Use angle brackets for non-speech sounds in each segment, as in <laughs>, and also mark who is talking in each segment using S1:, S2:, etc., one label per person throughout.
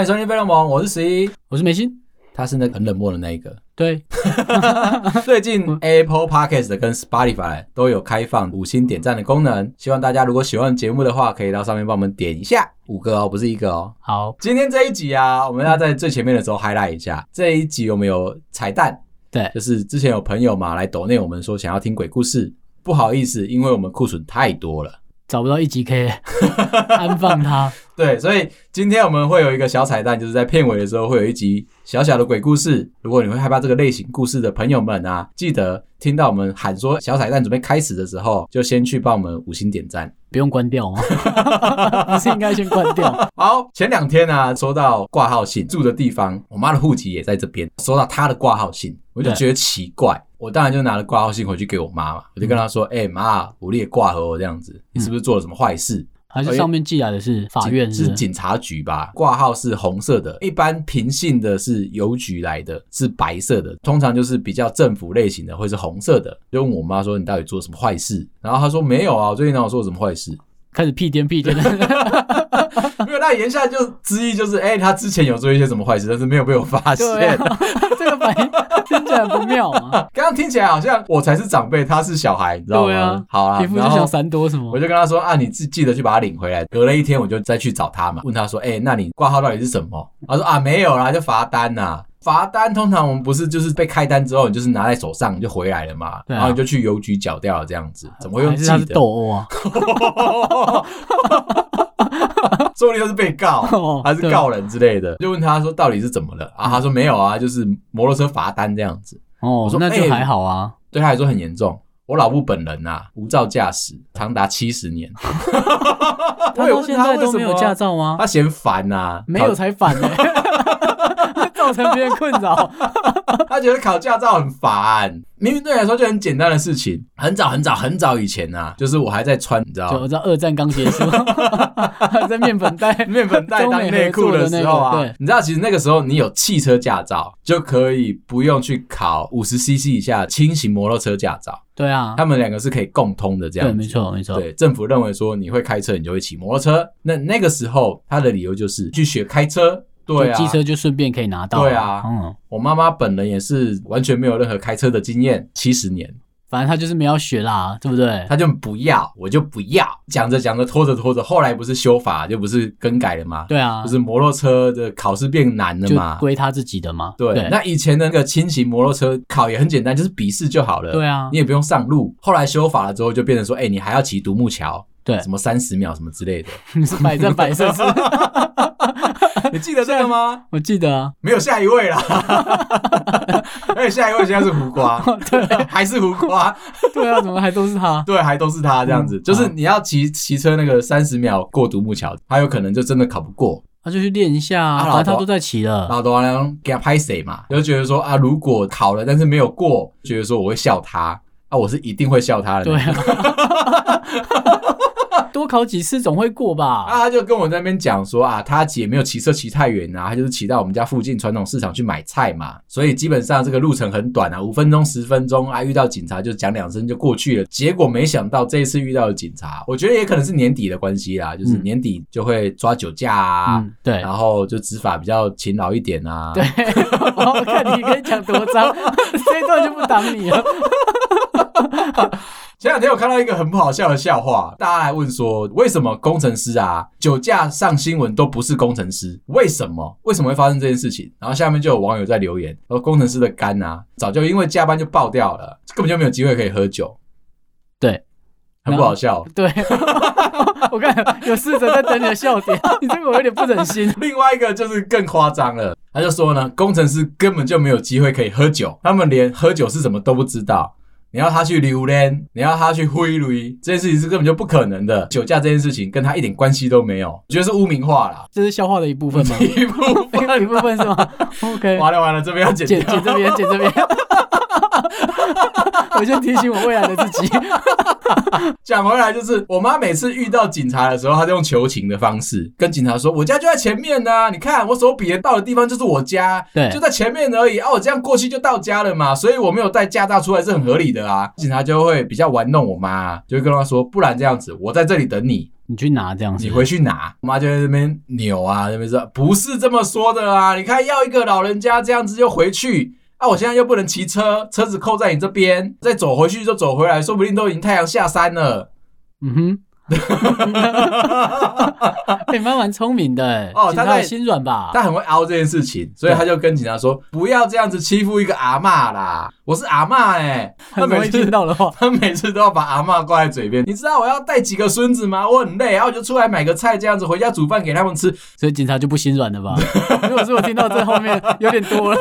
S1: 迎收听《贝龙盟》，我是十一，
S2: 我是梅心，
S1: 他是那个很冷漠的那一个。
S2: 对，
S1: <laughs> 最近 Apple Podcast 跟 Spotify 都有开放五星点赞的功能，希望大家如果喜欢节目的话，可以到上面帮我们点一下五个哦，不是一个哦。
S2: 好，
S1: 今天这一集啊，我们要在最前面的时候 highlight 一下，这一集我们有彩蛋，
S2: 对
S1: 就是之前有朋友嘛来抖内我们说想要听鬼故事，不好意思，因为我们库存太多了。
S2: 找不到一级
S1: <laughs>
S2: K，安放它。
S1: 对，所以今天我们会有一个小彩蛋，就是在片尾的时候会有一集小小的鬼故事。如果你会害怕这个类型故事的朋友们啊，记得听到我们喊说小彩蛋准备开始的时候，就先去帮我们五星点赞。
S2: 不用
S1: <laughs>
S2: 关掉吗？哦不是应该先关掉？
S1: 好，前两天呢、啊，收到挂号信，住的地方，我妈的户籍也在这边，收到她的挂号信，我就觉得奇怪。我当然就拿了挂号信回去给我妈嘛，我就跟她说：“哎、妈，我列挂和我这样子，你是不是做了什么坏事？”
S2: 还是上面寄来的是法
S1: 警
S2: 院
S1: 哎是
S2: 不是？
S1: 警察局吧，挂号是红色的，一般平信的是邮局来的，是白色的，通常就是比较政府类型的会是红色的。就问我妈说你到底做了什么坏事，然后她说没有啊，我最近哪有做什么坏事？
S2: 开始屁颠屁
S1: <laughs>
S2: 颠
S1: 没有，那言下就之意就是，哎、她之前有做一些什么坏事，但是没有被我发现。
S2: 对啊，这个反应听起来不妙啊嘛。
S1: <laughs> 刚刚听起来好像我才是长辈，她是小孩，你知道吗？
S2: 对啊
S1: 好 <laughs> 啊，
S2: 一副就
S1: 然后
S2: 想闪躲什么
S1: 我？就跟他说啊，你记记得去把它领回来。隔了一天，我就再去找他嘛，问他说，哎、那你挂号到底是什么？他说啊，没有啦，就罚单呐、罚单通常我们不是就是被开单之后，你就是拿在手上就回来了嘛，
S2: 对啊
S1: 然后你就去邮局缴掉了这样子，怎么会用
S2: 还
S1: 记
S2: 是他是
S1: 的？
S2: 斗殴啊？
S1: 说不定他是被告，
S2: <laughs> 哦
S1: 还是告人之类的。就问他说到底是怎么了啊？他说没有啊，就是摩托车罚单这样子。
S2: 哦
S1: 说，
S2: 那就
S1: 哎
S2: 还好啊。
S1: 对他来说很严重。我老婆本人呐、无照驾驶长达七十年，
S2: 啊他到现在都没有驾
S1: 驾照。
S2: 照
S1: 啊
S2: 吗？
S1: 他嫌烦呐、
S2: 没有才
S1: <laughs>
S2: 反呢， <laughs> 造成别人困扰。
S1: 考，他觉得考驾照很烦。明明对你来说就很简单的事情。很早很早很早以前呐、就是我还在穿，你知
S2: 就
S1: 道
S2: 我知道二战刚结束， <laughs> 还在面粉袋。
S1: <laughs> 面粉袋当内裤的时候
S2: 中美合作的那
S1: 啊
S2: 个对，
S1: 你知道其实那个时候你有汽车驾照，就可以不用去考五十 CC 以下轻型摩托车驾照，
S2: 对啊，
S1: 他们两个是可以共通的这样
S2: 对，
S1: 子。
S2: 没错，没错。
S1: 对，政府认为说你会开车，你就会骑摩托车。那那个时候他的理由就是去学开车，对
S2: 就
S1: 啊，
S2: 机车就顺便可以拿到。
S1: 对啊
S2: 嗯，
S1: 我妈妈本人也是完全没有任何开车的经验，七十年，
S2: 反正他就是没有学啦，对不对？
S1: 她就不要，我就不要，讲着讲着拖着拖着，后来不是修法就不是更改了吗？
S2: 对啊，
S1: 就是摩托车的考试变难了
S2: 就
S1: 嘛。
S2: 归他自己的嘛。
S1: 对，那以前的那个轻型摩托车考也很简单，就是笔试就好了。
S2: 对啊
S1: 你也不用上路。后来修法了之后，就变成说，哎、你还要骑独木桥，
S2: 对
S1: 什么三十秒什么之
S2: <laughs>
S1: 类的。
S2: 你是百战百胜
S1: <laughs>
S2: 是不是？
S1: 你记得这个吗？
S2: 我记得啊，
S1: 没有下一位
S2: <laughs>
S1: 啦，而且下一位现在是胡瓜，
S2: 哦
S1: 对，
S2: 啊
S1: 还是胡瓜，
S2: 对啊，怎么还都是他？
S1: 对，还都是他这样子，
S2: 嗯
S1: 就是你要骑骑车那个三十秒过独木桥，他有可能就真的考不过。
S2: 他就去练一下啊，
S1: 啊
S2: 反正
S1: 老
S2: 他
S1: 婆
S2: 都在骑
S1: 然
S2: 了。
S1: 后都要给他拍谁嘛，就觉得说啊，如果考了但是没有过，觉得说我会笑他啊，我是一定会笑他的。
S2: 对啊， <laughs> 多考几次总会过吧？
S1: 啊，他就跟我在那边讲说啊，他姐没有骑车骑太远啊，他就是骑到我们家附近传统市场去买菜嘛，所以基本上这个路程很短啊，五分钟十分钟啊，遇到警察就讲两声就过去了。结果没想到这一次遇到的警察，我觉得也可能是年底的关系啦，就是
S2: 嗯
S1: 年底就会抓酒驾啊。
S2: 嗯，对
S1: 然。后就执法比较勤劳一点啊，
S2: 对，我看你可以讲多脏， <laughs> 这一段就不挡你了。
S1: 前两天我看到一个很不好笑的笑话，大家来问说，为什么工程师啊酒驾上新闻都不是工程师？为什么？为什么会发生这件事情？然后下面就有网友在留言，说工程师的肝啊，早就因为加班就爆掉了，根本就没有机会可以喝酒。
S2: 对，
S1: 很不好笑。
S2: 对， <laughs> 我看有试着在等你的笑点，你这个我有点不忍心。
S1: 另外一个就是更夸张了，他就说呢，工程师根本就没有机会可以喝酒，他们连喝酒是什么都不知道。你要他去榴莲，你要他去挥泪，这件事情是根本就不可能的。酒驾这件事情跟他一点关系都没有，我觉得是污名化啦。
S2: 这是笑话的一部分
S1: <laughs>
S2: 吗？
S1: 一部分
S2: 一部分是吗？OK，
S1: 完了完了，这边要剪
S2: 剪
S1: 掉。
S2: 剪这边，剪这边。 <laughs> 我先提醒我未来的自己，
S1: 讲回来，就是我妈每次遇到警察的时候，她就用求情的方式跟警察说：“我家就在前面呐、你看我手比得到的地方就是我家，
S2: 对
S1: 就在前面而已啊，我这样过去就到家了嘛，所以我没有带驾照出来是很合理的啊。”警察就会比较玩弄我妈，就会跟她说：“不然这样子，我在这里等你。”
S2: 你去拿这样子。
S1: 你回去拿，我妈就在那边扭啊，那边说不是这么说的啊，你看要一个老人家这样子就回去。啊！我现在又不能骑车，车子扣在你这边，再走回去就走回来，说不定都已经太阳下山了。
S2: 嗯 <laughs> 哼。你蛮蛮聪明的欸
S1: 哦
S2: 警
S1: 他
S2: 察
S1: 在
S2: 也心软吧？
S1: 他很会凹这件事情，所以他就跟警察说：“不要这样子欺负一个阿嬷啦，我是阿嬷哎、他
S2: 很容
S1: 每
S2: 易听
S1: 次
S2: 到的话，
S1: 他每次都要把阿嬷挂在嘴边。你知道我要带几个孙子吗？我很累，然后我就出来买个菜，这样子回家煮饭给他们吃。
S2: 所以警察就不心软了吧？如果是我听到这后面有点多 <laughs> 了，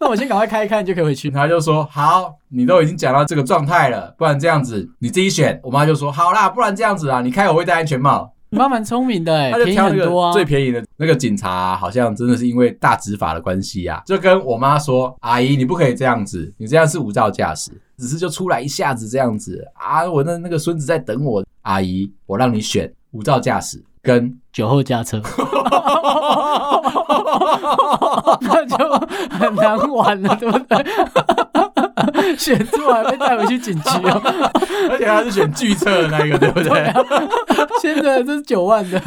S2: 那我先赶快开一开，你就可以回去
S1: 警。察就说：“好，你都已经讲到这个状态了，不然这样子你自己选。”我妈就说：“好啦，不然这样子啊，你开我会戴安全帽。
S2: 妈蛮聪明的欸，
S1: 她就
S2: 便宜
S1: 挑那
S2: 很多
S1: 个
S2: 啊。
S1: 最便宜的那个警察、好像真的是因为大执法的关系啊，就跟我妈说：“阿姨，你不可以这样子，你这样是无照驾驶。”只是就出来一下子这样子啊，我的那个孙子在等我，阿姨，我让你选无照驾驶跟
S2: 酒后驾车， <laughs> 那就很难玩了，对不对？ <laughs> 选错还被带回去警局哦，
S1: 而且他是选拒测的那一个， <laughs> 对不
S2: 啊
S1: 对？
S2: 现在这是九万的，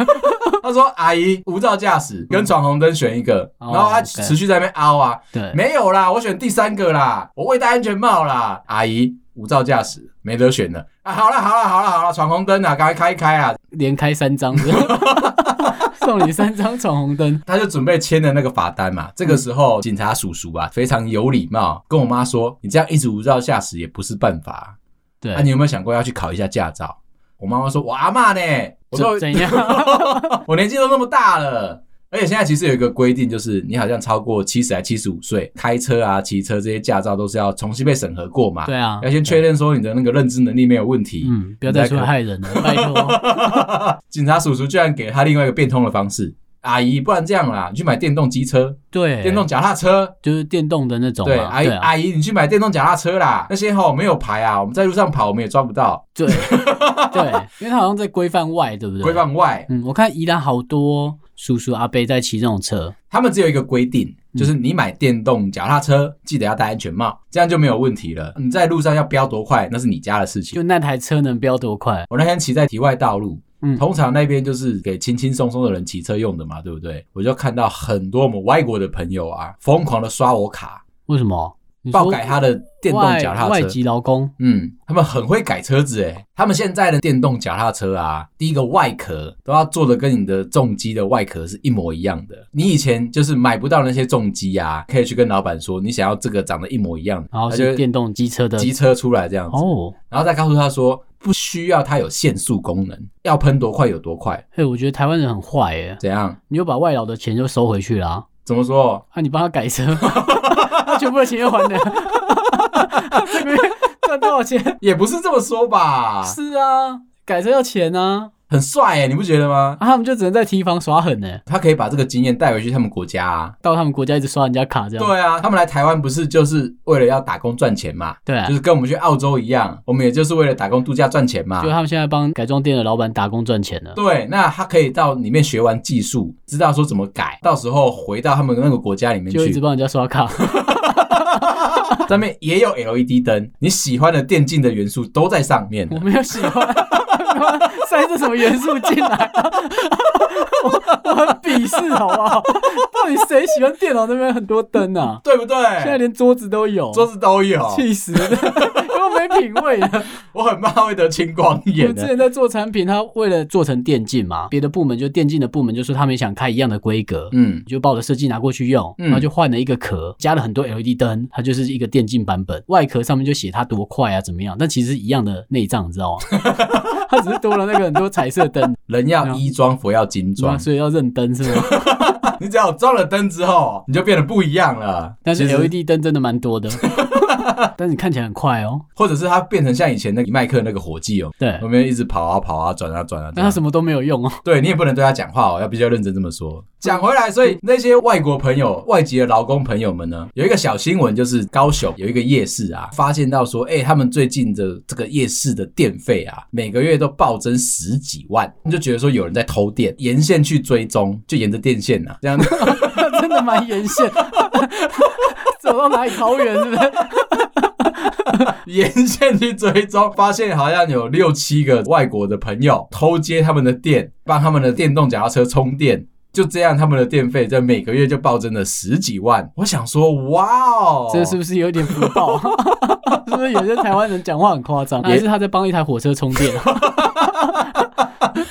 S1: 他说：“阿姨，无照驾驶跟闯红灯选一个。”
S2: 嗯哦
S1: 然后他
S2: OK
S1: 持续在那边凹啊，
S2: 对，
S1: 没有啦，我选第三个啦，我未戴安全帽啦。阿姨，无照驾驶没得选了啊！好啦好啦好啦好啦，闯红灯啊，赶快开一开啊！
S2: <laughs> 连开三张， <laughs> 送你三张闯红灯，
S1: 他就准备签了那个罚单嘛。这个时
S2: 嗯
S1: 候，警察叔叔啊，非常有礼貌，跟我妈说：“你这样一直无照驾驶也不是办法
S2: 对，
S1: 啊，你有没有想过要去考一下驾照？”我妈妈说：“我阿嬷呢？我都
S2: 怎
S1: <laughs>
S2: 怎样？
S1: 我年纪都那么大了，而且现在其实有一个规定，就是你好像超过七十还七十五岁，开车啊、骑车这些驾照都是要重新被审核过嘛。
S2: 对啊，
S1: 要先确认说你的那个认知能力没有问题。
S2: 嗯，不要再出来害人了，拜托。
S1: 警察叔叔居然给他另外一个变通的方式，阿姨，不然这样啦，你去买电动机车、
S2: 对，
S1: 电动脚踏车。
S2: 就是电动的那种
S1: 对，
S2: 嘛，
S1: 阿姨，
S2: 对啊，
S1: 阿姨，你去买电动脚踏车啦。那些吼没有牌啊，我们在路上跑，我们也抓不到，
S2: 对对，因为它好像在规范外，对不对？
S1: 规。范外。
S2: 嗯，我看宜兰好多叔叔阿伯在骑这种车，
S1: 他们只有一个规定，
S2: 嗯
S1: 就是你买电动脚踏车，记得要戴安全帽，这样就没有问题了。你在路上要飙多快，那是你家的事情。
S2: 就那台车能飙多快？
S1: 我那天骑在体外道路，
S2: 嗯
S1: 通常那边就是给轻轻松松的人骑车用的嘛，对不对？我就看到很多我们外国的朋友啊，疯狂的刷我卡，
S2: 为什么？你说
S1: 爆改他的电动脚踏
S2: 外外
S1: 车。
S2: 籍劳工，
S1: 嗯，他们很会改车子诶，他们现在的电动脚踏车啊，第一个外壳都要做的跟你的重机的外壳是一模一样的。你以前就是买不到那些重机啊，可以去跟老板说你想要这个长得一模一样的，
S2: 然后
S1: 他
S2: 是
S1: 啊就
S2: 电动机车的
S1: 机车出来这样子，
S2: 哦。
S1: 然后再告诉他说不需要它有限速功能，要喷多快有多快，
S2: 嘿，我觉得台湾人很坏耶，
S1: 怎样？
S2: 你就把外劳的钱就收回去啦，
S1: 怎么说？
S2: 啊，你帮他改车，
S1: <laughs>
S2: 他全部的钱又还了，
S1: <laughs>
S2: 这个月赚多少钱？
S1: 也不是这么说吧，
S2: 是啊，改车要钱啊，
S1: 很帅欸诶，你不觉得吗？
S2: 啊，他们就只能在提防耍狠呢，
S1: 他可以把这个经验带回去他们国家啊。
S2: 到他们国家一直刷人家卡这样。
S1: 对啊，他们来台湾不是就是为了要打工赚钱嘛？
S2: 对啊，
S1: 就是跟我们去澳洲一样，我们也就是为了打工度假赚钱嘛
S2: 就。他们现在帮改装店的老板打工赚钱了。
S1: 对，那他可以到里面学完技术，知道说怎么改，到时候回到他们那个国家里面
S2: 就一直
S1: 去，
S2: 帮人家
S1: <laughs>
S2: 刷卡，
S1: 上面也有 LED 灯，你喜欢的电竞的元素都在上面
S2: 我。没有喜欢， <laughs> 塞这什么元素进来、啊？ <laughs> 我我很鄙视，好不好？ <laughs> 到底谁喜欢电脑那边很多灯啊？
S1: 对不对？
S2: 现在连桌子都有，
S1: 哎桌子哦都有，
S2: 气死了， <laughs> 又没品
S1: <laughs>
S2: 味了。
S1: 我很怕会得青光
S2: 我
S1: 眼
S2: 们之
S1: 的。
S2: 前在做产品，他为了做成电竞嘛，别的部门就电竞的部门就说他们也想开一样的规格，
S1: 嗯
S2: 你就把我的设计拿过去用，
S1: 嗯
S2: 然后就换了一个壳，加了很多 LED 灯，它就是一个电竞版本。外壳上面就写它多快啊，怎么样？但其实是一样的内脏，你知道吗？ <laughs> 它只是多了那个很多彩
S1: <laughs>
S2: 色灯，
S1: 人
S2: 啊
S1: 要衣装，佛要金装。
S2: 所以要认灯是吗？
S1: <laughs> 你只要装了灯之后，你就变得不一样了。
S2: 但是 E
S1: 其实
S2: LED 灯真的蛮
S1: <laughs>
S2: 多的，但是你看起来很快哦。
S1: 或者是它变成像以前那个麦克那个火计哦，
S2: 对
S1: 我，们一直跑啊跑啊，转啊转啊。转啊
S2: 但它什么都没有用哦。 <laughs>
S1: <laughs> 对你也不能对他讲话哦，要比较认真这么说。讲回来，所以那些外国朋友、外籍的劳工朋友们呢，有一个小新闻，就是高雄有一个夜市啊，发现到说，哎、他们最近的这个夜市的电费啊，每个月都暴增十几万，他们就觉得说有人在偷电，沿线去追踪，就沿着电线呐、啊，这样
S2: 真的 <laughs> 蛮沿线，走到哪里桃园是不是？
S1: 沿线去追踪，发现好像有六七个外国的朋友偷接他们的电，帮他们的电动脚踏车充电。就这样，他们的电费在每个月就暴增了十几万。我想说，哇哦，
S2: 这是不是有点福
S1: <laughs>
S2: 报？是不是有些台湾人讲话很夸张？还是他在帮一台火车充电？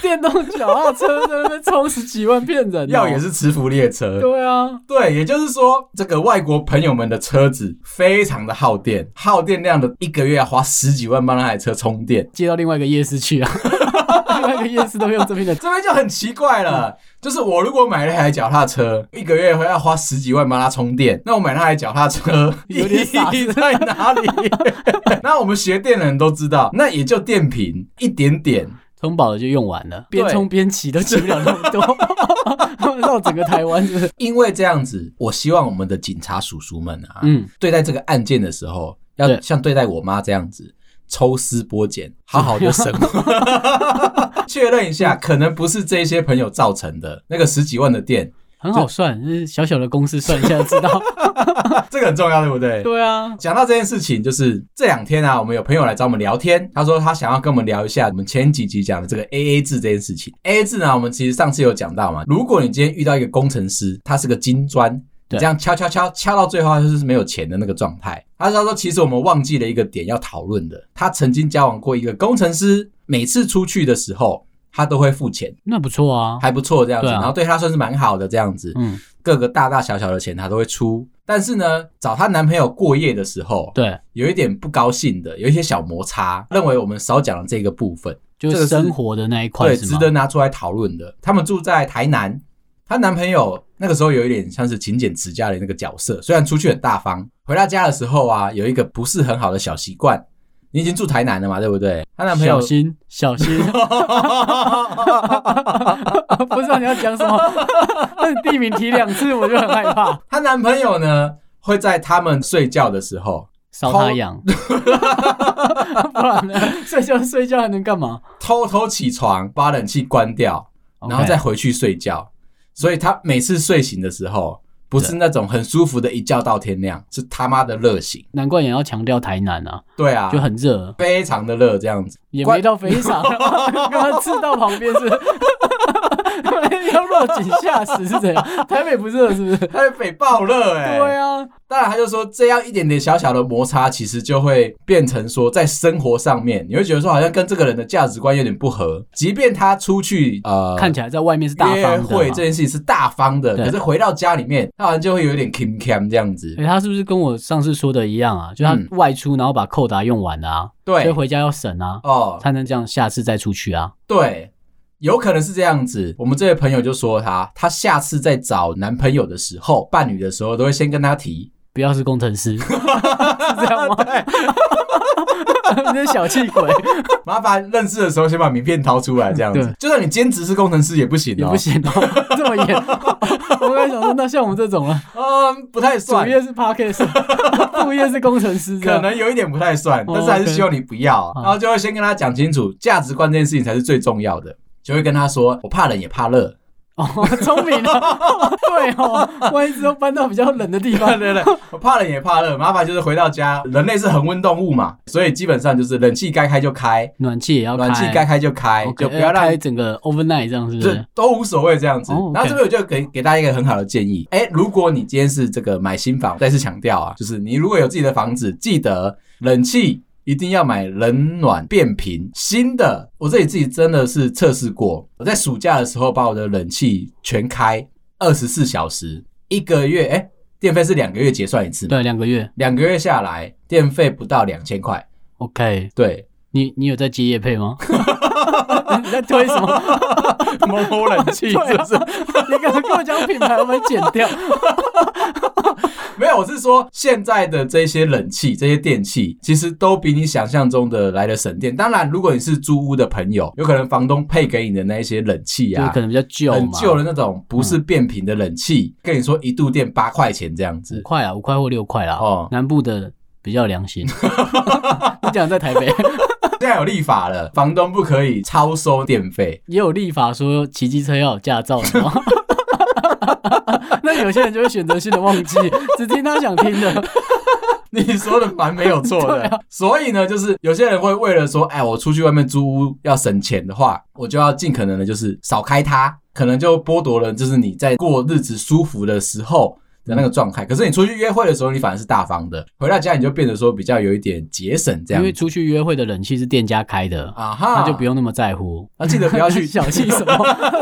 S2: 电动脚踏车在那边充十几万骗人、哦，
S1: 要也是磁浮列车。
S2: 对啊，
S1: 对，也就是说，这个外国朋友们的车子非常的耗电，耗电量的一个月要花十几万帮那台车充电。
S2: 接到另外一个夜市去啊， <laughs> 另外一个夜市都用这边的，
S1: 这边就很奇怪
S2: 嗯
S1: 了。就是我如果买了一台脚踏车，一个月会要花十几万帮它充电，那我买那台脚踏车
S2: <laughs> 有点傻
S1: 意义在哪里？ <laughs> 那我们学电的人都知道，那也就电瓶一点点。
S2: 充饱了就用完了，边充边骑都骑不了那么多， <laughs> 绕整个台湾是
S1: <laughs>
S2: 不是？
S1: 因为这样子，我希望我们的警察叔叔们啊，
S2: 嗯，
S1: 对待这个案件的时候，要
S2: 对
S1: 像对待我妈这样子，抽丝剥茧，好好的审
S2: <laughs>
S1: 核，确认一下，可能不是这些朋友造成的那个十几万的店，
S2: 很好算，就是小小的公司算一下就知道。
S1: 啊这个很重要，对不 <laughs> 对？
S2: 对啊，
S1: 讲到这件事情，就是这两天啊，我们有朋友来找我们聊天，他说他想要跟我们聊一下我们前几集讲的这个 A A 制这件事情。A A 制呢，我们其实上次有讲到嘛，如果你今天遇到一个工程师，他是个金砖，你
S2: 对
S1: 这样敲敲敲敲到最后，他就是没有钱的那个状态。他说他说，其实我们忘记了一个点要讨论的，他曾经交往过一个工程师，每次出去的时候他都会付钱，
S2: 那不错啊。
S1: 还不错这样子，
S2: 对啊
S1: 然后对他算是蛮好的这样子，
S2: 嗯，
S1: 各个大大小小的钱他都会出。但是呢，找她男朋友过夜的时候，
S2: 对，
S1: 有一点不高兴的，有一些小摩擦，认为我们少讲了这个部分，
S2: 就
S1: 这个
S2: 是
S1: 是
S2: 生活的那一块
S1: 对，
S2: 是
S1: 值
S2: 吗？
S1: 得拿出来讨论的。他们住在台南，她男朋友那个时候有一点像是勤俭持家的那个角色，虽然出去很大方，回到家的时候啊，有一个不是很好的小习惯。你已经住台南了嘛，对不对？她男朋友
S2: 小心，小心！ <laughs> 不知道你要讲什么， <laughs> 但是地名提两次我就很害怕。
S1: <laughs> 她男朋友呢会在他们睡觉的时候
S2: 烧
S1: 偷
S2: 他痒， <laughs> 不然呢？睡觉睡觉还能干嘛？
S1: 偷偷起床，把冷气关掉，然后
S2: OK
S1: 再回去睡觉。所以她每次睡醒的时候，不是那种很舒服的一觉到天亮，是他妈的热醒。
S2: 难怪也要强调台南啊，
S1: 对啊，
S2: 就很热，
S1: 非常的热这样子。
S2: 也
S1: 关
S2: 没到非常， <laughs> 刚刚赤道旁边是， <laughs> 要落井下石是怎样？台北不热是不是？
S1: 她北爆热哎、
S2: 对啊，
S1: 当然，他就说这样一点点小小的摩擦，其实就会变成说，在生活上面，你会觉得说好像跟这个人的价值观有点不合。即便他出去呃
S2: 看起来在外面是大
S1: 约
S2: 方的
S1: 会
S2: 嘛
S1: 这。件事情是大方的，
S2: 对
S1: 可是回到家里面，他好像就会有点 kim cam 这样子。
S2: 哎、他是不是跟我上次说的一样啊？就他
S1: 嗯
S2: 外出，然后把扣打用完了啊，所以
S1: 对
S2: 回家要省啊，
S1: 哦，
S2: 才能这样下次再出去啊。
S1: 对，有可能是这样子。我们这位朋友就说她，她下次在找男朋友的时候、伴侣的时候，都会先跟他提。
S2: 不要是工程师， <laughs> 是这样吗？你这小气鬼
S1: <laughs> 麻烦认识的时候先把名片掏出来，这样子
S2: 对。
S1: 就算你兼职是工程师也不行
S2: 也
S1: 哦，
S2: 不行哦， <laughs> 这么严。我刚才想说，那像我们这
S1: <laughs>
S2: 种了，
S1: 嗯，不太
S2: 主啊
S1: 算，
S2: 业是 podcast，副 <laughs> 业是工程师，这
S1: 可
S2: 样
S1: 能有一点不太算，
S2: 哦
S1: 但是还是
S2: OK
S1: 希望你不要。
S2: 好
S1: 然后就会先跟他讲清楚，价值观这件事情才是最重要的。就会跟他说，我怕冷也怕热，
S2: <laughs> 哦，聪明啊，对哦， <laughs> 万一之后搬到比较冷的地
S1: 对 <laughs>
S2: 方，
S1: 对对，我怕冷也怕热。麻烦就是回到家，人类是恒温动物嘛，所以基本上就是冷气该开就开，
S2: 暖气也要开，
S1: 暖气该开就开，
S2: OK，
S1: 就不要让
S2: 开整个 overnight 这样，是不？
S1: 就是都无所谓这样子。
S2: 哦，OK
S1: 然后这边我就给给大家一个很好的建议，哎、如果你今天是这个买新房，再次强调啊，就是你如果有自己的房子，记得冷气。一定要买冷暖变频新的，我这里自己真的是测试过。我在暑假的时候把我的冷气全开二十四小时，一个月哎、电费是两个月结算一次嘛，
S2: 对，两个月
S1: 两个月下来电费不到两千块。
S2: ，OK。
S1: 对，
S2: 你你有在接夜配
S1: <laughs>
S2: 吗？你在推什么？
S1: 某某冷气
S2: 对啊
S1: 是？
S2: 你刚刚跟我讲品牌，我们剪
S1: <laughs>
S2: 掉。
S1: 没有，我是说现在的这些冷气、这些电器，其实都比你想象中的来的省电。当然，如果你是租屋的朋友，有可能房东配给你的那一些冷气
S2: 就
S1: 啊
S2: 可，能比较旧
S1: 很
S2: 嘛，嗯
S1: 旧的那种不是变频的冷气，跟你说一度电八块钱这样
S2: 五 <laughs>
S1: 子。
S2: 块啊，五块或六块啦。
S1: 哦
S2: 哦，南部的比较良心。 <laughs> 你讲在台北
S1: 现在有立法了，房东不可以超收电费。
S2: 也有立法说骑机车要有驾照的 <laughs> 吗？那有些人就会选择性的忘记，只听他想听的。
S1: <laughs> 你说的蛮没有错
S2: <laughs> 对啊
S1: 的。所以呢，就是有些人会为了说，哎，我出去外面租屋要省钱的话，我就要尽可能的，就是少开它，可能就剥夺了，就是你在过日子舒服的时候。的那个状
S2: 嗯
S1: 态，可是你出去约会的时候，你反而是大方的，回到家你就变得说比较有一点节省这
S2: 因
S1: 样
S2: 为出去约会的冷气是店家开的，
S1: 啊哈，
S2: 那就不用那么在乎。
S1: 啊，记得不要去
S2: <laughs> 小气什么，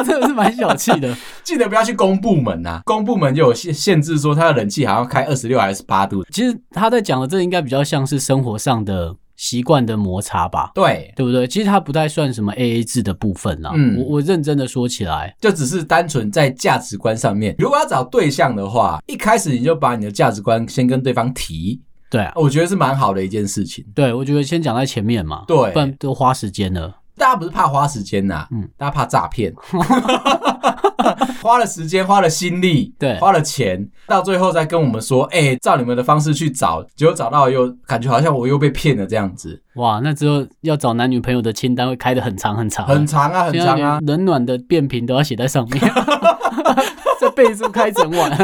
S2: 真的是蛮小气的。
S1: <laughs> 记得不要去公部门呐、公部门就有限限制，说它的冷气好像开二十六还是八度。
S2: 其实他在讲的这应该比较像是生活上的习惯的摩擦吧，
S1: 对，
S2: 对不对？其实它不太算什么 A A 制的部分啦。
S1: 嗯
S2: 我我认真的说起来，
S1: 就只是单纯在价值观上面。如果要找对象的话，一开始你就把你的价值观先跟对方提，
S2: 对啊，
S1: 我觉得是蛮好的一件事情。
S2: 对我觉得先讲在前面嘛，
S1: 对
S2: 不然都花时间了。
S1: 大家不是怕花时间呐、
S2: 嗯
S1: 大家怕诈
S2: <laughs>
S1: 骗， <laughs> 花了时间，花了心力，
S2: 对
S1: 花了钱，到最后再跟我们说，哎、照你们的方式去找，结果找到又感觉好像我又被骗了这样子，
S2: 哇，那之后要找男女朋友的清单会开得很长很长，
S1: 很长啊，很
S2: 现在
S1: 长
S2: 连
S1: 啊，
S2: 冷暖的变频都要写在上面， <laughs> 这备注开整
S1: <laughs>
S2: 晚。
S1: <laughs>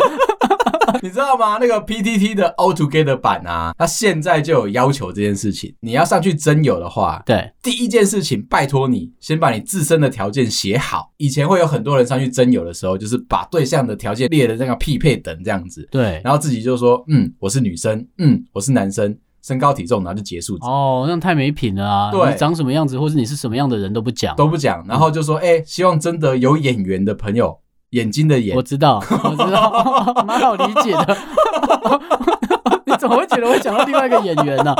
S1: 你知道吗？那个 PTT 的 All Together 版啊，它现在就有要求这件事情。你要上去征友的话，
S2: 对，
S1: 第一件事情，拜托你先把你自身的条件写好。以前会有很多人上去征友的时候，就是把对象的条件列的那个匹配等这样子，
S2: 对，
S1: 然后自己就说，嗯，我是女生，嗯，我是男生，身高体重，然后就结束，嗯
S2: 哦，那太没品了啊！
S1: 对
S2: 你长什么样子，或是你是什么样的人都不讲。
S1: 都不讲，然后就说，哎、希望真的有眼缘的朋友，眼睛的眼
S2: 我，知道，我
S1: <laughs>
S2: 知道，蛮好理解的。 <laughs> 你怎么会觉得我讲到另外一个演员呢、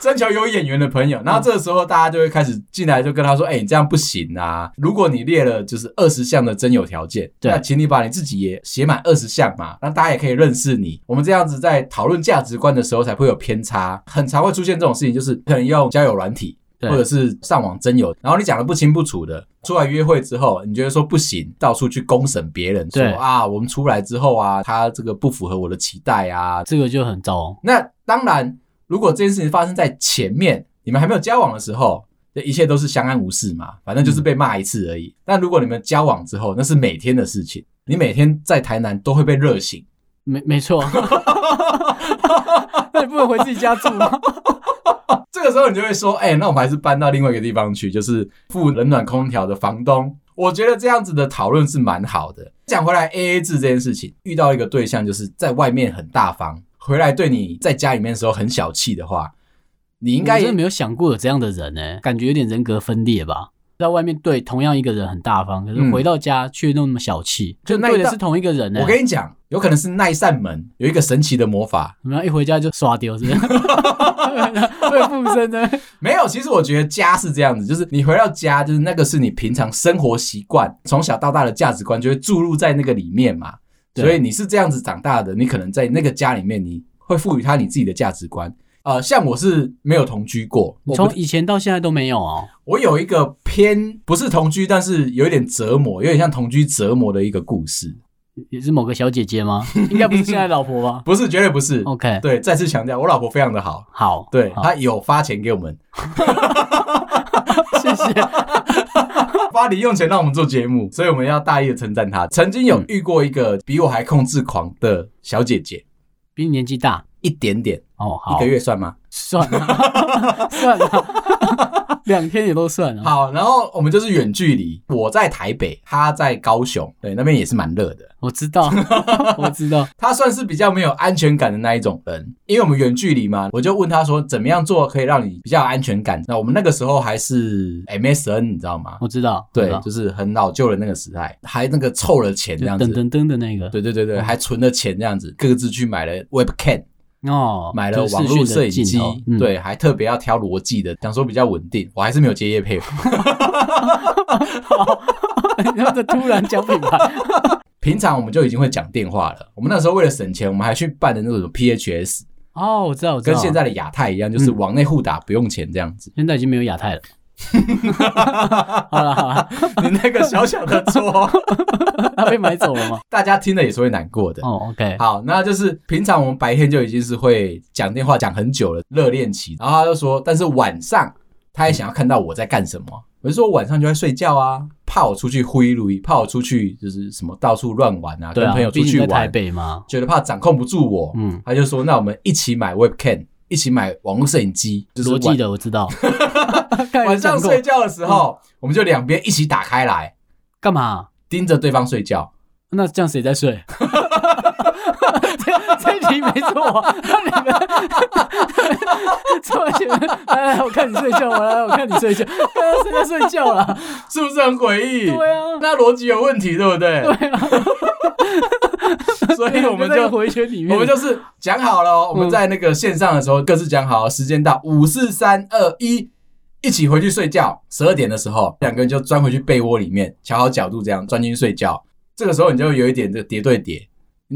S1: 征求有眼缘的朋友，然后这个时候大家就会开始进来，就跟他说：“哎、你这样不行啊！如果你列了就是二十项的真有条件，
S2: 对
S1: 那请你把你自己也写满二十项嘛，让大家也可以认识你。我们这样子在讨论价值观的时候才不会有偏差，很常会出现这种事情，就是可能用交友软体。”
S2: 对
S1: 或者是上网征友，然后你讲的不清不楚的，出来约会之后，你觉得说不行，到处去公审别人，说
S2: 对
S1: 啊，我们出来之后啊，他这个不符合我的期待啊，
S2: 这个就很糟。
S1: 那当然，如果这件事情发生在前面，你们还没有交往的时候，这一切都是相安无事嘛，反正就是被骂一次而已。但如果你们交往之后，那是每天的事情，你每天在台南都会被热醒。
S2: 没
S1: <laughs>
S2: 没错，那你不能回自己家住吗？
S1: 这个时候你就会说，哎、那我们还是搬到另外一个地方去，就是付冷暖空调的房东。我觉得这样子的讨论是蛮好的。讲回来，A A 制这件事情，遇到一个对象就是在外面很大方，回来对你在家里面的时候很小气的话，你应该
S2: 我
S1: 也
S2: 真的没有想过有这样的人呢、感觉有点人格分裂吧。在外面对同样一个人很大方，可是
S1: 嗯
S2: 回到家却那么小气，
S1: 就那一
S2: 对的
S1: 道
S2: 是同一个人呢、欸
S1: 我跟你讲，有可能是那一扇门有一个神奇的魔法。
S2: 你们一回家就刷丢，是不是？
S1: <laughs>
S2: 会附身的。
S1: 没有，其实我觉得家是这样子，就是你回到家，就是那个是你平常生活习惯，从小到大的价值观就会注入在那个里面嘛。
S2: 对
S1: 所以你是这样子长大的，你可能在那个家里面，你会赋予它你自己的价值观。呃，像我是没有同居过，
S2: 你
S1: 我
S2: <laughs> 从
S1: 不
S2: 以前到现在都没有哦。
S1: 我有一个偏不是同居，但是有一点折磨，有点像同居折磨的一个故事，
S2: 也是某个小姐
S1: <laughs>
S2: 姐吗？应该不是现在老婆吧
S1: 不是，绝对不是。
S2: ？OK，
S1: 对，再次强调，我老婆非常的好，
S2: 好，
S1: 对
S2: 好
S1: 她有发钱给我们，
S2: 谢谢。
S1: <laughs> 花零用钱让我们做节目，所以我们要大力的称赞她。曾经
S2: 嗯
S1: 有遇过一个比我还控制狂的小姐姐，
S2: 比你年纪大
S1: 一点点，
S2: 哦，
S1: 一
S2: 好
S1: 个，月算吗？
S2: 算了， <laughs> 算了， <laughs> 两天也都算了。
S1: 好，然后我们就是远距离，我在台北，她在高雄，对，那边也是蛮热的。
S2: 我知道，我知道，
S1: 她算是比较没有安全感的那一种人，因为我们远距离嘛，我就问她说怎么样做可以让你比较有安全感。那我们那个时候还是 MSN，你知道吗？
S2: 我知道，
S1: 对
S2: 我知，道
S1: 就是很老旧的那个时代，还那个凑了钱这
S2: 就
S1: 样
S2: 噔
S1: 子。
S2: 噔噔的那个
S1: 对对对对，还存了钱这样子，各自去买了 Webcam，
S2: 哦，
S1: 买了
S2: 就是
S1: 网
S2: 视
S1: 络
S2: 讯
S1: 摄影
S2: 的镜
S1: 机
S2: 头，嗯， <laughs>
S1: 对，还特别要挑逻辑的，想说比较稳定。我还是没有接业配。
S2: 然后就突然讲品牌，
S1: 平常我们就已经会讲电话了，我们那时候为了省钱，我们还去办的那种 PHS，
S2: 哦，嗯我知道，我知
S1: 跟
S2: 道，。
S1: 现在的亚太一样，就是往内互打不用钱这样子 <laughs>
S2: 现在已经没有亚太了。 <laughs> 好了好了，
S1: 你那个小小的
S2: <laughs>
S1: 错，
S2: 他被买走了吗？
S1: 大家听了也是会难过的。
S2: 哦，OK，
S1: 好，那就是平常我们白天就已经是会讲电话讲很久了，热恋期。然后他就说，但是晚上他也想要看到我在干什么。我就说晚上就在睡觉啊，怕我出去挥挥，怕我出去就是什么到处乱玩啊，
S2: 对
S1: 跟
S2: 啊，
S1: 朋友出
S2: 毕竟
S1: 去
S2: 在台
S1: 玩，
S2: 北嘛，
S1: 觉得怕掌控不住我，
S2: 嗯，
S1: 他就说那我们一起买 webcam，一起买网络摄影机，就是
S2: 逻
S1: 晚
S2: 辑的我
S1: <laughs>
S2: 知道。看有
S1: 晚上
S2: 讲过
S1: 睡觉的时候，我们就两边一起打开来，
S2: 干嘛？
S1: 盯着对方睡觉。
S2: 那这样谁在睡？ <laughs> 这这题没错，那你们 <laughs> 错了你们来来，我看你睡觉，我来我看你睡觉，刚刚谁在睡
S1: <laughs>
S2: 觉啦？
S1: 是不是很诡异？
S2: 对啊，
S1: <laughs> 那逻辑有问题，对不对？对啊。 <laughs> 所以我们
S2: 在一个
S1: 就
S2: 回圈里面，
S1: 我们就是讲好了哦，我们在那个线上的时候各自讲好哦，时间到，五四三二一，一起回去睡觉。十二点的时候，两个人就钻回去被窝里面，调好角度，这样钻进去睡觉。这个时候你就有一点这叠对叠。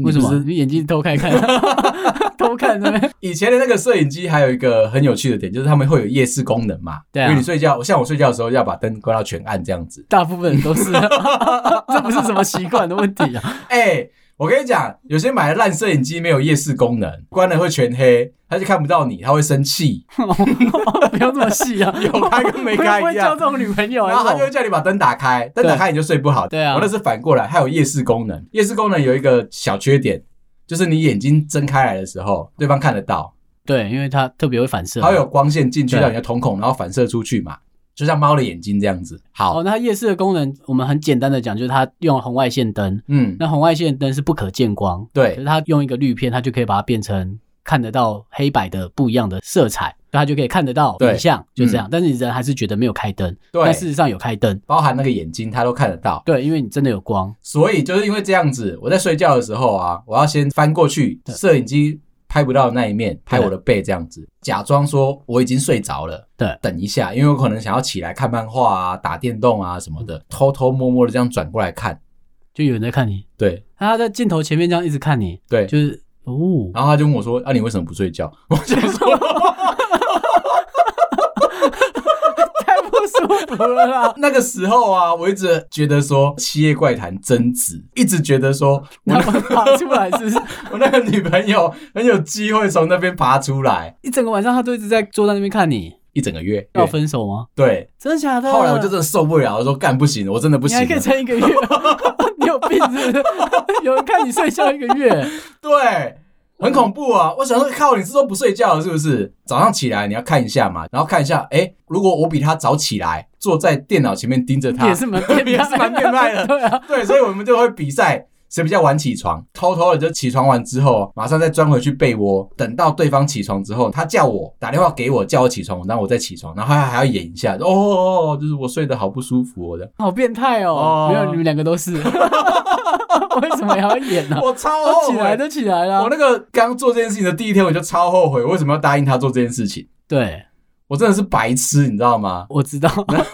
S2: 为什
S1: 你不
S2: 么
S1: 是
S2: 你眼睛偷开看？ <laughs> 偷看呢？
S1: 以前的那个摄影机还有一个很有趣的点，就是他们会有夜视功能嘛。
S2: 对啊
S1: 因为你睡觉，像我睡觉的时候要把灯关到全暗这样子。
S2: 大部分人都是， <laughs> 这不是什么习惯的问题啊。 <laughs>
S1: 哎、我跟你讲，有些买的烂摄影机没有夜视功能，关了会全黑，他就看不到你，他会生
S2: <laughs>
S1: 气，
S2: 不要这么细啊，
S1: <laughs> 有开跟没
S2: 会
S1: 开
S2: 不会
S1: 一
S2: 交
S1: 样
S2: 这。种女朋友
S1: 然后他
S2: 啊
S1: 就？会叫你把灯打开，灯打开你就睡不好。
S2: 对啊
S1: 我那是反过来，它有夜视功能。夜视功能有一个小缺点，就是你眼睛睁开来的时候，对方看得到，
S2: 对，因为他特别会反射。
S1: 它会有光线进去
S2: 对
S1: 到你的瞳孔，然后反射出去嘛，就像猫的眼睛这样子。好，
S2: 哦，那它夜视的功能，我们很简单的讲，就是它用红外线灯。
S1: 嗯，
S2: 那红外线灯是不可见光，可
S1: 对
S2: 是它用一个滤片，它就可以把它变成看得到黑白的不一样的色彩，它就可以看得到
S1: 对
S2: 影像，就这样。但是你人还是觉得没有开灯，
S1: 对
S2: 但事实上有开灯，
S1: 包含那个眼睛，它都看得到。
S2: 对，因为你真的有光。
S1: 所以就是因为这样子，我在睡觉的时候啊，我要先翻过去，摄影机拍不到的那一面，拍我的背这样子，假装说我已经睡着了。
S2: 对
S1: 等一下，因为我可能想要起来看漫画啊、打电动啊什么的，偷偷摸摸的这样转过来看。
S2: 就有人在看你，
S1: 对
S2: 那他在镜头前面这样一直看你，
S1: 对，
S2: 就是哦，
S1: <laughs> 然后他就问我说：“啊，你为什么不睡觉？”我想说，。
S2: 太不舒服了啦
S1: 那个时候啊，我一直觉得说《七夜怪谈》真值，一直觉得说 <laughs>
S2: 然后爬出来是不是？
S1: 我那个女朋友很有机会从那边爬出来，
S2: 一整个晚上他都一直在坐在那边看你，
S1: 一整个月。
S2: 要分手吗？
S1: 对，
S2: 真的假的？
S1: 后来我就真的受不了，我说干不行，我真的不
S2: 嗯你
S1: 行
S2: 还可以
S1: 了。
S2: 撑一个月， <laughs> 你有病是不是？ <laughs> 有人看你睡觉一个月，
S1: 对，很恐怖啊！我想说，靠，你是都不睡觉了是不是？早上起来你要看一下嘛，然后看一下，哎、如果我比他早起来，坐在电脑前面盯着 <laughs> 他
S2: 也，是蛮变
S1: <laughs>
S2: 态
S1: 也是蛮变态的
S2: <laughs> 对啊，
S1: 对，所以我们就会比赛。谁比较晚起床？偷偷的就起床完之后，马上再钻回去被窝，等到对方起床之后，他叫我打电话给我，叫我起床，然后我再起床，然后他还要演一下，哦哦哦哦，就是我睡得好不舒服，我的，
S2: <laughs> 好变态哦
S1: 哦！
S2: 没有，你们两个都
S1: <laughs>
S2: 是，为什么还要演呢？
S1: 我超
S2: 都
S1: 后
S2: 起
S1: 悔
S2: 来都起来
S1: 哦我那
S2: 了，
S1: 个刚做这件事情的第一天，我就超后悔，为什么要答应他做这件事情？
S2: 对，？
S1: 我真的是白痴，你知道吗
S2: 我知道， <laughs>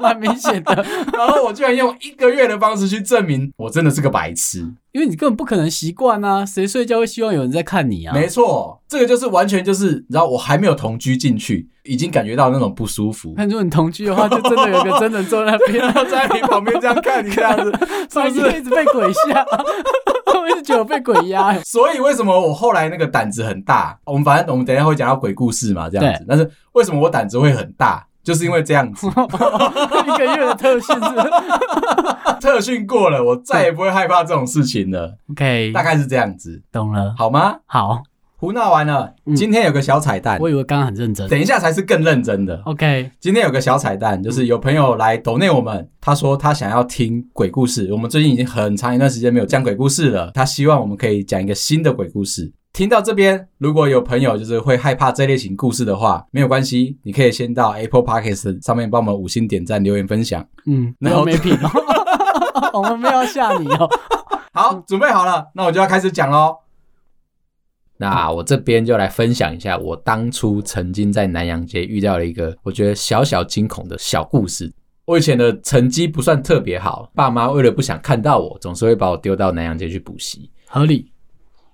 S2: 蛮明显的，
S1: 然后我居然用一个月的方式去证明我真的是个白痴。
S2: 因为你根本不可能习惯啊，谁睡觉会希望有人在看你啊？
S1: 没错，这个就是完全就是，你知道，我还没有同居进去，已经感觉到那种不舒 <laughs> 服。
S2: 那如果你同居的话，就真的有一个真人坐在那边，
S1: 然后在你旁边这样看你这样子， <laughs> 是不
S2: 所以
S1: 是？
S2: 一直被鬼吓， <laughs> 我一直觉得我被鬼压。
S1: <laughs> 所以为什么我后来那个胆子很大？我们反正我们等一下会讲到鬼故事嘛，这样子。但是为什么我胆子会很大？就是因为这样 <laughs> 子，
S2: 一个月的特训是
S1: <laughs>
S2: 不是
S1: 特训过了，我再也不会害怕这种事情了。
S2: OK，
S1: 大概是这样子，
S2: 懂了。
S1: 好吗？
S2: 好，
S1: 胡闹完了，
S2: 嗯
S1: 今天有个小彩蛋，
S2: 我以为刚刚很认真。
S1: 等一下才是更认真的。
S2: OK，
S1: 今天有个小彩蛋，就是有朋友来抖内我们，他说他想要听鬼故事。我们最近已经很长一段时间没有讲鬼故事了，他希望我们可以讲一个新的鬼故事。听到这边，如果有朋友就是会害怕这类型故事的话，没有关系，你可以先到 Apple Podcast 上面帮我们五星点赞、留言、分享。
S2: 嗯，没
S1: 然
S2: 有
S1: 后
S2: 没品
S1: <laughs>
S2: 哦， <laughs> 我们没有吓你哦。
S1: 好，准备好了，那我就要开始讲喽。那我这边就来分享一下我当初曾经在南洋街遇到了一个我觉得小小惊恐的小故事。我以前的成绩不算特别好，爸妈为了不想看到我，总是会把我丢到南洋街去补习。
S2: 合理，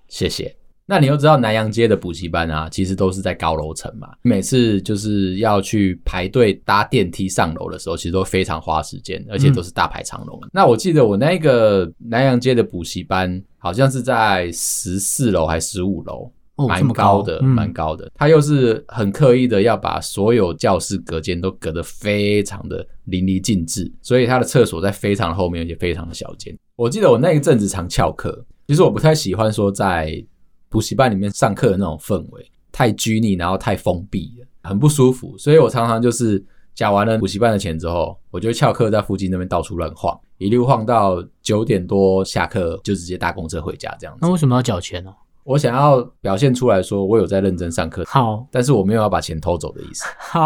S1: 谢谢。那你又知道南洋街的补习班啊，其实都是在高楼层嘛，每次就是要去排队搭电梯上楼的时候，其实都非常花时间，而且都是大排长龙。那我记得我那个南洋街的补习班好像是在十四楼还十五楼，
S2: 哦，这
S1: 蛮
S2: 么
S1: 高的，
S2: 嗯
S1: 蛮高的。它又是很刻意的要把所有教室隔间都隔得非常的淋漓尽致，所以它的厕所在非常的后面，而且非常的小间。我记得我那一阵子常翘课，其实我不太喜欢说在补习班里面上课的那种氛围，太拘泥，然后太封闭了，很不舒服。所以我常常就是缴完了补习班的钱之后，我就会翘课在附近那边到处乱晃，一路晃到九点多下课就直接搭公车回家这样子
S2: 那。为什么要缴钱哦呢、
S1: 我想要表现出来说我有在认真上课，
S2: 好
S1: 但是我没有要把钱偷走的意思。
S2: 好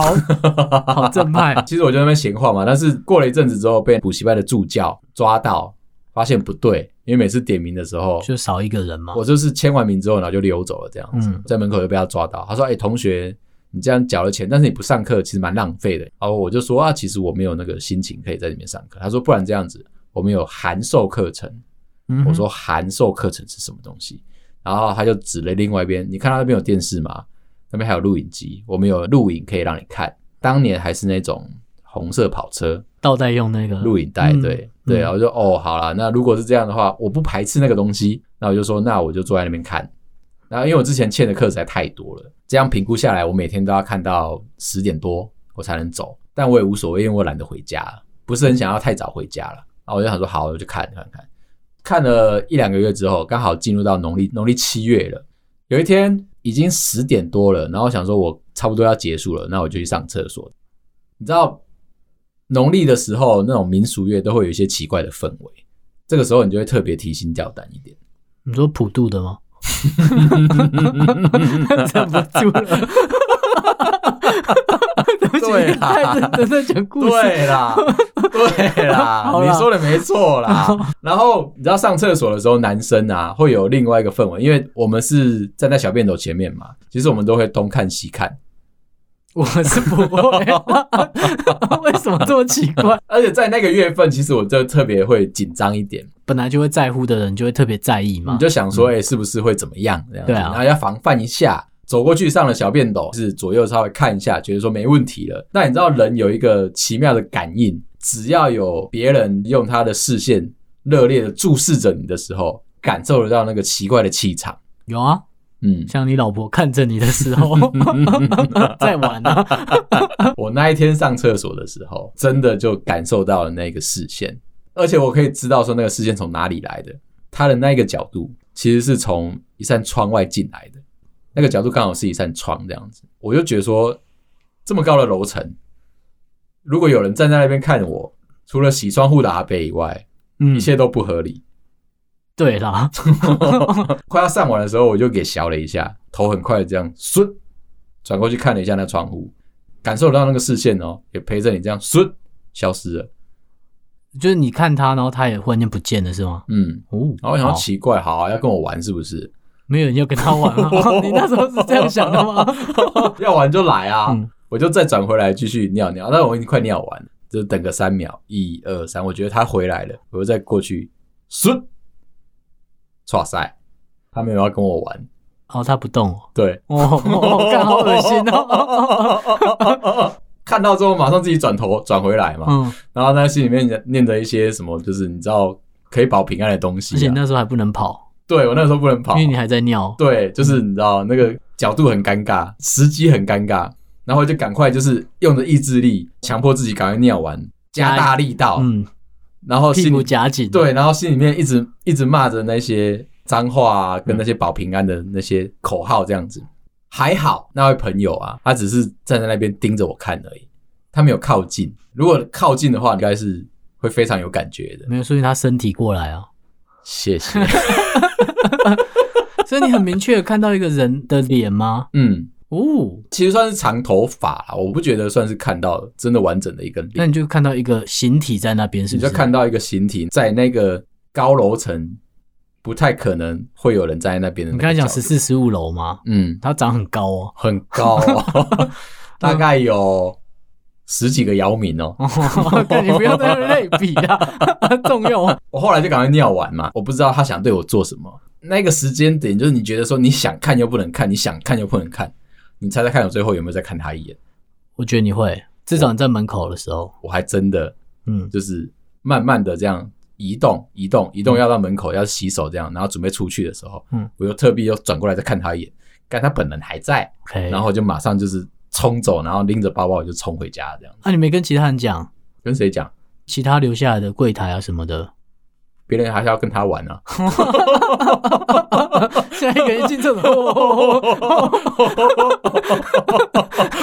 S2: 好正派，
S1: 其实我就在那边闲晃嘛，但是过了一阵子之后被补习班的助教抓到，发现不对，因为每次点名的时候，
S2: 就少一个人嘛。
S1: 我就是签完名之后然后就溜走了这样子，
S2: 嗯
S1: 在门口就被他抓到。他说：“哎、同学。”你这样缴了钱，但是你不上课，其实蛮浪费的。然后我就说啊，其实我没有那个心情可以在里面上课。他说，不然这样子，我们有函授课程，
S2: 嗯哼
S1: 我说函授课程是什么东西？然后他就指了另外一边，你看到那边有电视吗？那边还有录影机，我们有录影可以让你看。当年还是那种红色跑车
S2: 倒带用那个
S1: 录影带，
S2: 嗯
S1: 对对，
S2: 嗯
S1: 然后就哦，好啦，那如果是这样的话，我不排斥那个东西，那我就说，那我就坐在那边看。然后因为我之前欠的课实在太多了，这样评估下来，我每天都要看到十点多我才能走，但我也无所谓，因为我懒得回家，不是很想要太早回家了。然后我就想说，好，我就看看看。看了一两个月之后，刚好进入到农历农历七月了。有一天已经十点多了，然后想说我差不多要结束了，那我就去上厕所。你知道农历的时候，那种民俗乐都会有一些奇怪的氛围，这个时候你就会特别提心吊胆一点。
S2: 你说普渡
S1: <laughs>
S2: 的吗？忍不住了。 <laughs> 对不起
S1: 对啦
S2: 太认真在讲故事。
S1: 对
S2: <laughs>
S1: 啦，对啦
S2: 好，啦
S1: 你说的没错啦。然后你知道上厕所的时候，男生啊会有另外一个氛围，因为我们是站在小便斗前面嘛，其实我们都会东看西看，
S2: 我是不会，啊 <laughs> 为什么这么奇怪？
S1: 而且在那个月份，其实我就特别会紧张一点，
S2: 本来就会在乎的人，就会特别在意嘛嗯
S1: 你。就想说，哎、是不是会怎么样这样子？
S2: 对啊
S1: 然后要防范一下。走过去上了小便斗，是左右稍微看一下，觉得说没问题了。那你知道人有一个奇妙的感应，只要有别人用他的视线热烈的注视着你的时候，感受得到那个奇怪的气场。
S2: 有啊，，
S1: 嗯
S2: 像你老婆看着你的时候 <laughs> 在玩啊，
S1: 我那一天上厕所的时候，真的就感受到了那个视线，而且我可以知道说那个视线从哪里来的，它的那个角度其实是从一扇窗外进来的，那个角度刚好是一扇窗这样子，我就觉得说这么高的楼层，如果有人站在那边看我，除了洗窗户的阿伯以外，
S2: 嗯
S1: 一，切都不合理。
S2: 对啦，
S1: 快要上完的时候，我就给削了一下，头很快地这样顺，转过去看了一下那窗户，感受到那个视线哦，也陪着你这样顺消失了。
S2: 就是你看他，然后他也忽然间不见了，是吗？
S1: 嗯，
S2: 哦，
S1: 然后我想
S2: 好
S1: 要奇怪，好、啊、要跟我玩是不是？ <laughs>
S2: 没有人要跟他玩吗？ <laughs> 你那时候是这样想的
S1: <laughs>
S2: 吗？
S1: 要玩就来啊，
S2: 嗯
S1: 我就再转回来继续尿尿，但我已经快尿完了，就等个三秒，一二三，我觉得他回来了，我就再过去顺，哇塞，他没有要跟我玩，
S2: 哦，他不动哦，
S1: 对，
S2: 哦，哦干好恶心
S1: <laughs>
S2: 哦。
S1: 哦！看到之后马上自己转头转回来嘛，
S2: 嗯，
S1: 然后在心里面念着一些什么，就是你知道可以保平安的东西、
S2: 而且
S1: 啊。
S2: 那时候还不能跑，
S1: 对我那时候不能跑
S2: 因，为你还在尿。
S1: 对，就是你知道那个角度很尴尬，时机很尴尬，然后就赶快就是用着意志力强迫自己赶快尿完，加大力道，
S2: 嗯，
S1: 然后
S2: 屁
S1: 心
S2: 股
S1: 里
S2: 夹紧。
S1: 哦对，然后心里面一直一直骂着那些脏话啊，跟
S2: 嗯
S1: 那些保平安的那些口号这样子。还好那位朋友啊，他只是站在那边盯着我看而已，他没有靠近。如果靠近的话，应该是会非常有感觉
S2: <laughs>
S1: 的。
S2: 没有，所以他身体过来啊。
S1: 谢谢。
S2: 所以你很明确地看到一个人的
S1: <laughs>
S2: 脸吗？
S1: 嗯，
S2: 哦，
S1: 其实算是长头发啦，我不觉得算是看到真的完整的一个
S2: 那
S1: 脸，
S2: 你就看到一个形体在那边，是
S1: 你
S2: 不是？
S1: 就看到一个形体在那个高楼层，不太可能会有人站在那边的
S2: 你
S1: 那
S2: 刚才
S1: 个角
S2: 讲
S1: 度。
S2: 十四、十五楼吗？
S1: 嗯，
S2: 他长很高哦。
S1: 很高、哦，大概有十几个姚明哦。
S2: 干你不要在那类比
S1: <laughs>
S2: 啊，重用啊。
S1: 我后来就赶快尿完嘛，我不知道他想对我做什么。那个时间点就是你觉得说你想看又不能看，你想看又不能看，你猜猜看我最后有没有再看他一眼？
S2: 我觉得你会，至少你在门口的时候，
S1: 我还真的
S2: 嗯，
S1: 就是慢慢的这样移动、移动、移动，要到门口要洗手这样，然后准备出去的时候，
S2: 嗯
S1: 我又特地又转过来再看他一眼，但他本人还在，
S2: OK，
S1: 然后我就马上就是冲走，然后拎着包包我就冲回家，这样
S2: 啊那、你没跟其他人讲，
S1: 跟谁讲？
S2: 其他留下来的柜台啊什么的，
S1: 别人还是要跟他玩啊！
S2: 现在一个人进厕所，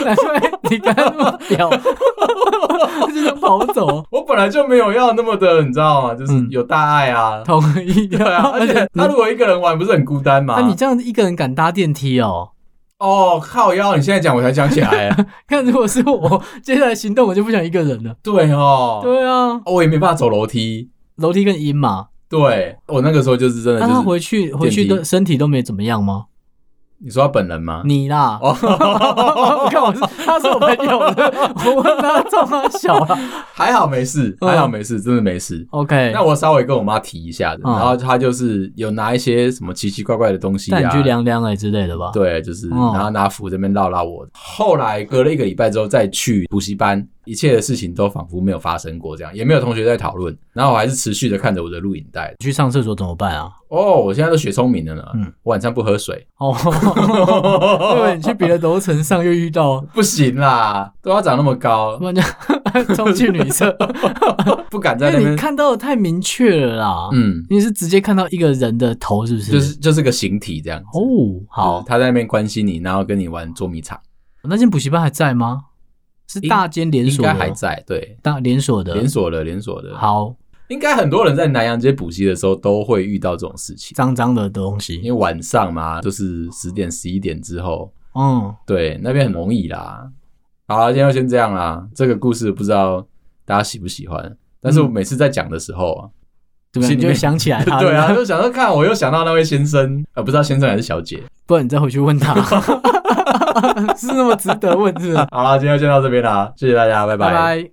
S2: 难怪你刚刚那么屌，就想跑走，
S1: 我本来就没有要那么的，你知道吗？就是
S2: 嗯
S1: 有大爱啊，
S2: <laughs> 同意
S1: 对啊。 <laughs> 而且他如果一个人玩，不是很孤单吗
S2: 那、？你这样一个人敢搭电梯哦？
S1: 哦，靠腰！你现在讲我才想起
S2: <laughs>
S1: 来，
S2: 看，如果是我接下来行动，我就不想一个人了。
S1: 对哦，
S2: 对啊，
S1: 哦我也没办法走楼梯。
S2: 楼梯更阴嘛。
S1: 对我那个时候就是真的
S2: 那
S1: 就
S2: 他
S1: 是，
S2: 回去回去
S1: 电
S2: 的身体都没怎么样吗？
S1: 你说他本人吗？
S2: 你啦，我看我是他是我朋友，我问他照他小了。
S1: 还好没事，
S2: 嗯
S1: 还好没事，真的没事。
S2: OK，
S1: 那我稍微跟我妈提一下的，
S2: 嗯
S1: 然后她就是有拿一些什么奇奇怪怪的东西
S2: 但你
S1: 啊，
S2: 去凉凉哎之类的吧。
S1: 对，就是
S2: 嗯
S1: 然后拿符这边绕绕我。后来隔了一个礼拜之后再去补习班，一切的事情都仿佛没有发生过，这样也没有同学在讨论。然后我还是持续的看着我的录影带。
S2: 去上厕所怎么办啊？
S1: 哦，我现在都学聪明了呢。
S2: 嗯
S1: 晚上不喝水
S2: 哦， <laughs> 因为你去别的楼层上又遇到，
S1: <laughs> 不行啦，都要长那么高
S2: 不，然就 <laughs> 冲去女厕，
S1: 不敢在
S2: 因
S1: 那
S2: 为你
S1: 边。
S2: 看到的太明确了啦。
S1: 嗯，
S2: 你是直接看到一个人的头，是不是？
S1: 就是就是个形体这样子。
S2: 哦，好
S1: 就是，他在那边关心你，然后跟你玩捉迷藏，
S2: 那间补习班还在吗？是大间连
S1: 应
S2: 锁
S1: 该
S2: 的，
S1: 还在，对，
S2: 大连锁的
S1: 连锁的连锁的，
S2: 好
S1: 应该很多人在南洋街补习的时候都会遇到这种事情，
S2: 脏脏的东
S1: 因
S2: 西。
S1: 为晚上嘛，就是十点十一点之后，
S2: 嗯，
S1: 对，那边很容易啦。好啦，今天就先这样啦。这个故事不知道大家喜不喜欢，但是我每次在讲的时候啊，
S2: 对不
S1: 心里
S2: <laughs> 对？你就会
S1: 面
S2: 想起来他，
S1: 对啊，
S2: 不，
S1: 就想说看，我又想到那位先生，呃，不知道先生还是小姐。
S2: 不然你再回去问 <laughs> 他，是那么值得问，是不是？
S1: 好啦，今天就先到这边啦，谢谢大家，拜
S2: 拜拜。